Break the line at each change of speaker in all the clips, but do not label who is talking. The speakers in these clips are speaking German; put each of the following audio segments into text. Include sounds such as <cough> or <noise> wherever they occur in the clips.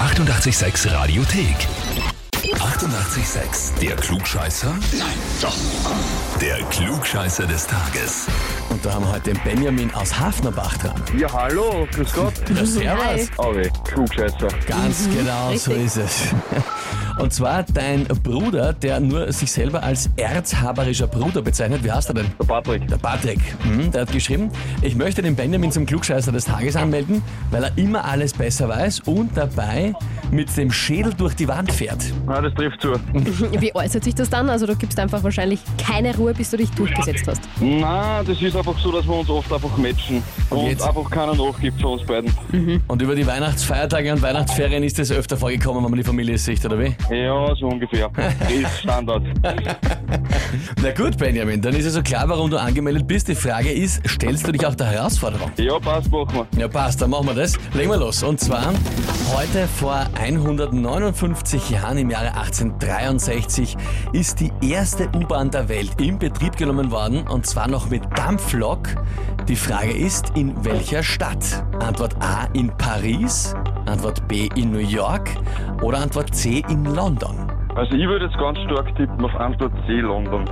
886 Radiothek. 88,6. Der Klugscheißer? Nein, doch. Der Klugscheißer des Tages.
Und da haben wir heute den Benjamin aus Hafnerbach dran.
Ja, hallo, grüß Gott.
Ja, servus.
Hi.
Auwe, Klugscheißer.
Ganz genau, so
richtig.
ist es. <laughs> Und zwar dein Bruder, der nur sich selber als erzhaberischer Bruder bezeichnet. Wie heißt er denn?
Der Patrick.
Der Patrick, hm, der hat geschrieben, ich möchte den Benjamin zum Klugscheißer des Tages anmelden, weil er immer alles besser weiß und dabei mit dem Schädel durch die Wand fährt.
Na, das trifft zu.
<laughs> Wie äußert sich das dann? Also du gibst einfach wahrscheinlich keine Ruhe, bis du dich durchgesetzt hast.
Na, das ist einfach so, dass wir uns oft einfach matchen. Und,
jetzt?
einfach keinen nachgibt von uns beiden.
Und über die Weihnachtsfeiertage und Weihnachtsferien ist das öfter vorgekommen, wenn man die Familie sieht, oder wie?
Ja, so <laughs> ungefähr. ist Standard.
Na gut, Benjamin, dann ist es so klar, warum du angemeldet bist. Die Frage ist, stellst du dich auch der Herausforderung?
Ja, passt, machen wir.
Ja, passt, dann machen wir das. Legen wir los. Und zwar heute vor 159 Jahren im Jahre 1863 ist die erste U-Bahn der Welt in Betrieb genommen worden und zwar noch mit Dampflok. Die Frage ist, in welcher Stadt? Antwort A in Paris, Antwort B in New York oder Antwort C in London?
Also, ich würde jetzt ganz stark tippen auf Antwort C, London.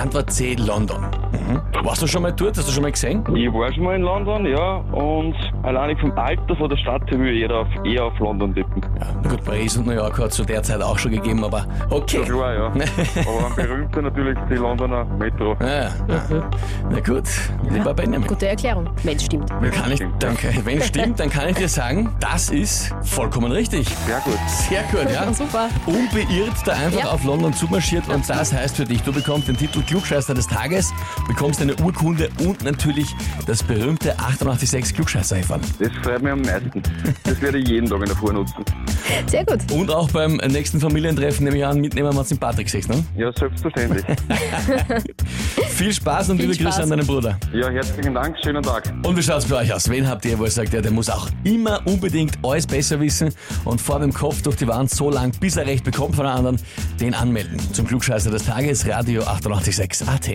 Antwort C London. Mhm. Warst du schon mal dort? Hast du schon mal gesehen?
Ich war schon mal in London, ja, und alleinig vom Alter von der Stadt her würde ich eher auf, eher auf London tippen.
Ja, na gut, Paris und New York hat es zu der Zeit auch schon gegeben, aber okay.
Ja, klar, <laughs> ja. Aber am berühmten natürlich die Londoner Metro.
Ja,
Mhm.
ja. Na gut, lieber Benjamin.
Gute Erklärung. Mensch, stimmt.
Kann ich,
Stimmt, ja.
danke. Wenn es stimmt, dann kann ich dir sagen, das ist vollkommen richtig.
Sehr gut.
Sehr gut, ja.
<laughs> Super.
Unbeirrt da einfach
Ja.
auf London zumarschiert und das heißt für dich, du bekommst den Titel Klugscheißer des Tages, bekommst eine Urkunde und natürlich das berühmte 886 klugscheißer -Eifern.
Das freut mich am meisten. Das werde ich jeden Tag in der Fuhr nutzen.
Sehr gut.
Und auch beim nächsten Familientreffen nehme ich an, mitnehmen wir uns den Patrick 6, ne?
Ja, selbstverständlich.
Viel Spaß und
Viel
liebe Grüße an
Spaß.
deinen Bruder.
Ja, herzlichen Dank, schönen Tag.
Und wie schaut's bei euch aus? Wen habt ihr, wo ihr sagt, ja, der muss auch immer unbedingt alles besser wissen und vor dem Kopf durch die Wand so lang, bis er Recht bekommt von den anderen, den anmelden. Zum Klugscheißer des Tages, Radio 886 AT.